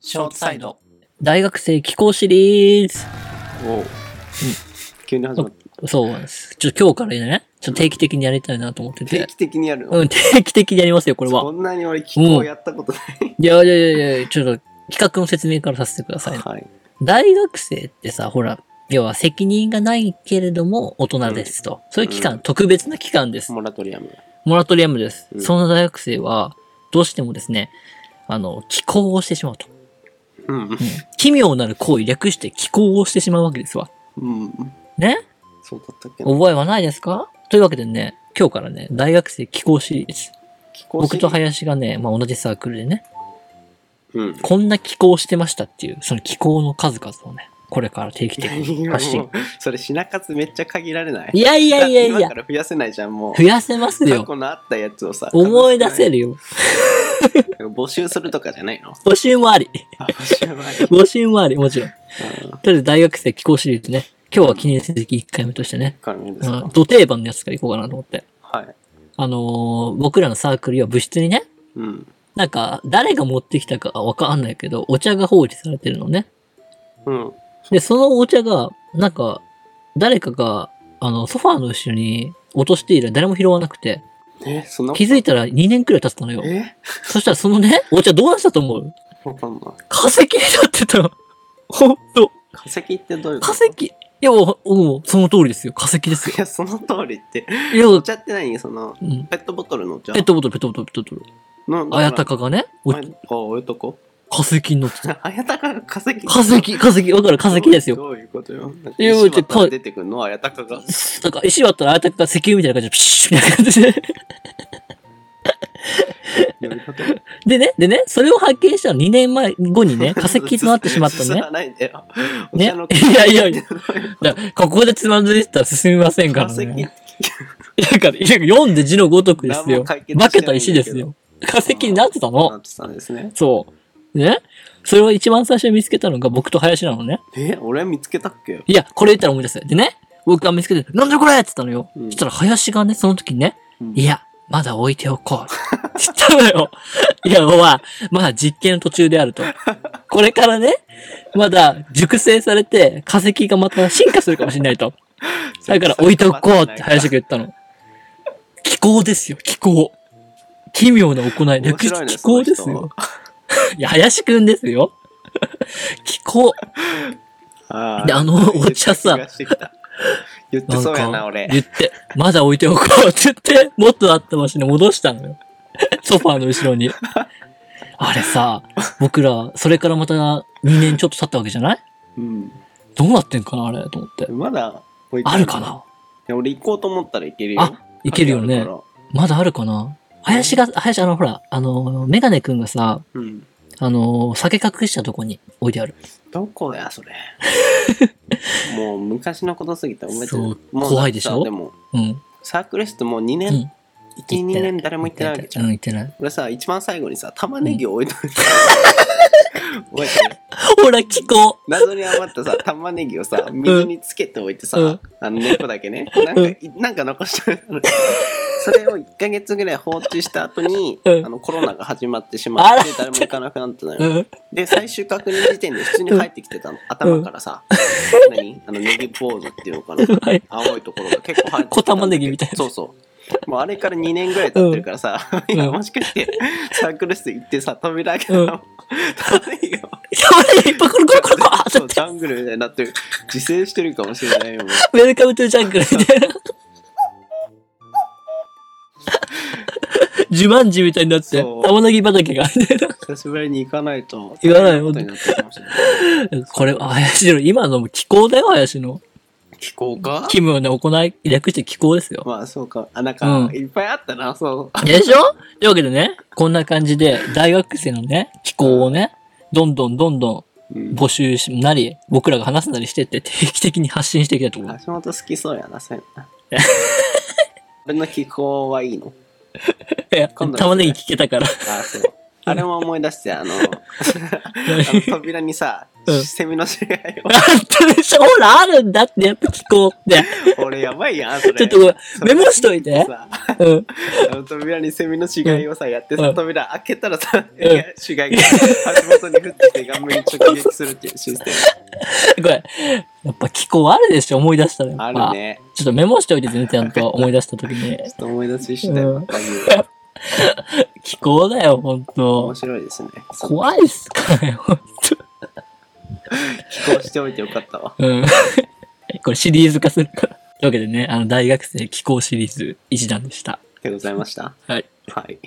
ショートサイド。大学生気候シリーズおう急に始まっそうなんです。ちょっと今日からね、ちょっと定期的にやりたいなと思ってた。定て。期的にやるの、うん、定期的にやりますよ、これそは。んなに俺、気候やったことない。いやいやいやいや、ちょっと企画の説明からさせてください。はい。大学生ってさ、ほら、要は責任がないけれども大人ですと。そういう期間、うん特別な期間です。モラトリアム。モラトリアムです。うんその大学生は、どうしてもですね、あの、気候をしてしまうと。うん。奇妙なる行為、略して気候をしてしまうわけですわ。うん。ねそうだったっけな。覚えはないですかというわけでね、今日からね、大学生気候シリーズ。気候僕とい。林がね、まあ、同じサークルでね、うん。こんな気候してましたっていう、その気候の数々をね、これから定期的に発も信う。それ品数めっちゃ限られないいやいやいやいだやって今か、ら増やせないじゃんも増うやせます過よ。去のあったやつをさ思い出せるるよ。募集するとかじ ゃないの募集もあり。あ募集はあり募集もあり、もちろん。とうんわりあえず大学生気候シリーズね、今日は記念すべき1回目としてね、かるんですうか、ん、土定番のやつからいこうかなと思って。はいあのー僕らのサークルは部室にね、うんなんか、誰が持ってきたかわかんないけど、お茶が放置されてるのね。うんで、そのお茶が、なんか、誰かが、あの、ソファーの後ろに落として以来誰も拾わなくて、えそんな気づいたら2年くらい経ってたのよ。えそしたらそのね、お茶どうなったと思うわかんない化石になってたの。ほんと。化石ってどういうこ化と石。いや、もう、もうその通りですよ。化石ですよい。やその通りっていや、お茶って何そのうん。ペットボトルのお茶ペットボトル、ペットボトル、ペットボトル。のあやたかがね、おあ化おやたか石になってた。 あやたかが化石化石、化石、わかる化石ですよ。どういうことよなんかいや石ちょ渡かって出てくるのあやたかがなんか石割ったらあやたかが石油みたいな感じでピシュッみたいな感じで。どういうことでね、でね、それを発見したの2年前後に ね、 化石となってしまった進ねま。 ないでよ。ねお茶の。いやいやいや。だからここでつまずいてたら進みませんか化ら石ね。だから、読んで字のごとくです何よ。も解化決してないんだけけどた石ですよ。化石になってたなの。ってたんですね。そう。ね。それを一番最初に見つけたのが僕と林なのね。え、俺見つけたっけいや、これ言ったら思い出す。でね、僕が見つけて、なんじゃこれって言ったのよ。うんそしたら林がね、その時にね、うんいや、まだ置いておこう。って言ったの よ。いや、おは、まだ実験の途中であると。これからね、まだ熟成されて化石がまた進化するかもしれないと。だから置いておこうって林が言ったの。気候ですよ、気候。奇妙な行い。面白いね気候ですそのよ。いや、林くんですよ。気候。あでーあのお茶さ言ってる気がしてきた言ってそうやなんな、か俺。言って、まだ置いておこうって言って、元あった場所に戻したのよ。ソファーの後ろに。あれさ、僕ら、それからまた2年ちょっと経ったわけじゃないうん。どうなってんかなあれと思って。まだ置いてある、るかないや俺行こうと思ったらいけるよ。あ、いけるよあねるか。らまだあるかな林が、林、あの、ほら、あの、メガネくんがさ、うん。あの、酒隠したとこに置いてある。どこや、それ。 もう昔のことすぎて覚えてないそうもう怖いでしょでも、うん。サークル室もう2う年、ん。 1、2年誰も行ってないわけじゃんうん、。行ってない。俺さ、一番最後にさ、玉ねぎを置いと いて。覚えてるほら、気候謎に 余ったさ、玉ねぎをさ、水につけておいてさ、うんあの、根っこだけね。なんか、いなんか残してる。 それを1ヶ月ぐらい放置した後に、うんあの、コロナが始まってしまあっらて、誰も行かなくなったのうよ。ん。で、最終確認時点で普通に入ってきてたの。頭からさ、何あの、ネギポーズっていうのかな。はい。青いところが結構入ってきたんだけど小玉ねぎみたいなそうそうもうあれから2年ぐらい経ってるからさ、ん今うんもしかしてサークル室行ってさ扉開けたら、うん玉ねぎが玉ねぎいっぱいコロコロコロコロって そ。うジャングルみたいになってる自生してるかもしれないよもうウェルカムトゥジ ャングルみたいな。ジュマンジみたいになって、そう玉ねぎ畑が。 みたい久しぶりに行かないと行かないことになってるかもしれないなこれ、林の、今のも気候だよ、林の。気候か奇妙な行い、略して気候ですよ。まあそうかあなんか、うんいっぱいあったなそうでしょというわけでね、こんな感じで、大学生のね、気候をね、どんどんどんどうんん募集しなり、僕らが話すなりしてって定期的に発信していきたいと思う。橋本好きそうやなそう やな俺の気候はいいのいや今度は玉ねぎ聞けたから。 あそうあれも思い出してあのあの扉にさうんセミの知り合い あったでしょほら、あるんだって、やっぱ聞こう。ね。を。俺やばいやん、それ。ちょっとごめんそ。れメモしといて。さうん。あの扉にセミの死骸をさ、やってうさ、ん扉開けたらさ、 んいや死骸が橋本に降ってきて顔面に直撃するっていうシステごめん。やっぱ気候あるでしょ思い出したらやっム。ぱ。ある ね。ちょっとメモしておいて全然ちゃんと思い出した時 に。ちょっと思い出しして、うんまた言う気候だよ、ほんと面。白いですね。そう怖いっすからね、ほんと。寄稿しておいてよかったわ。うん。 これシリーズ化するから。というわけでね、あの、大学生気候シリーズ一覧でした。でございました。はい。はい。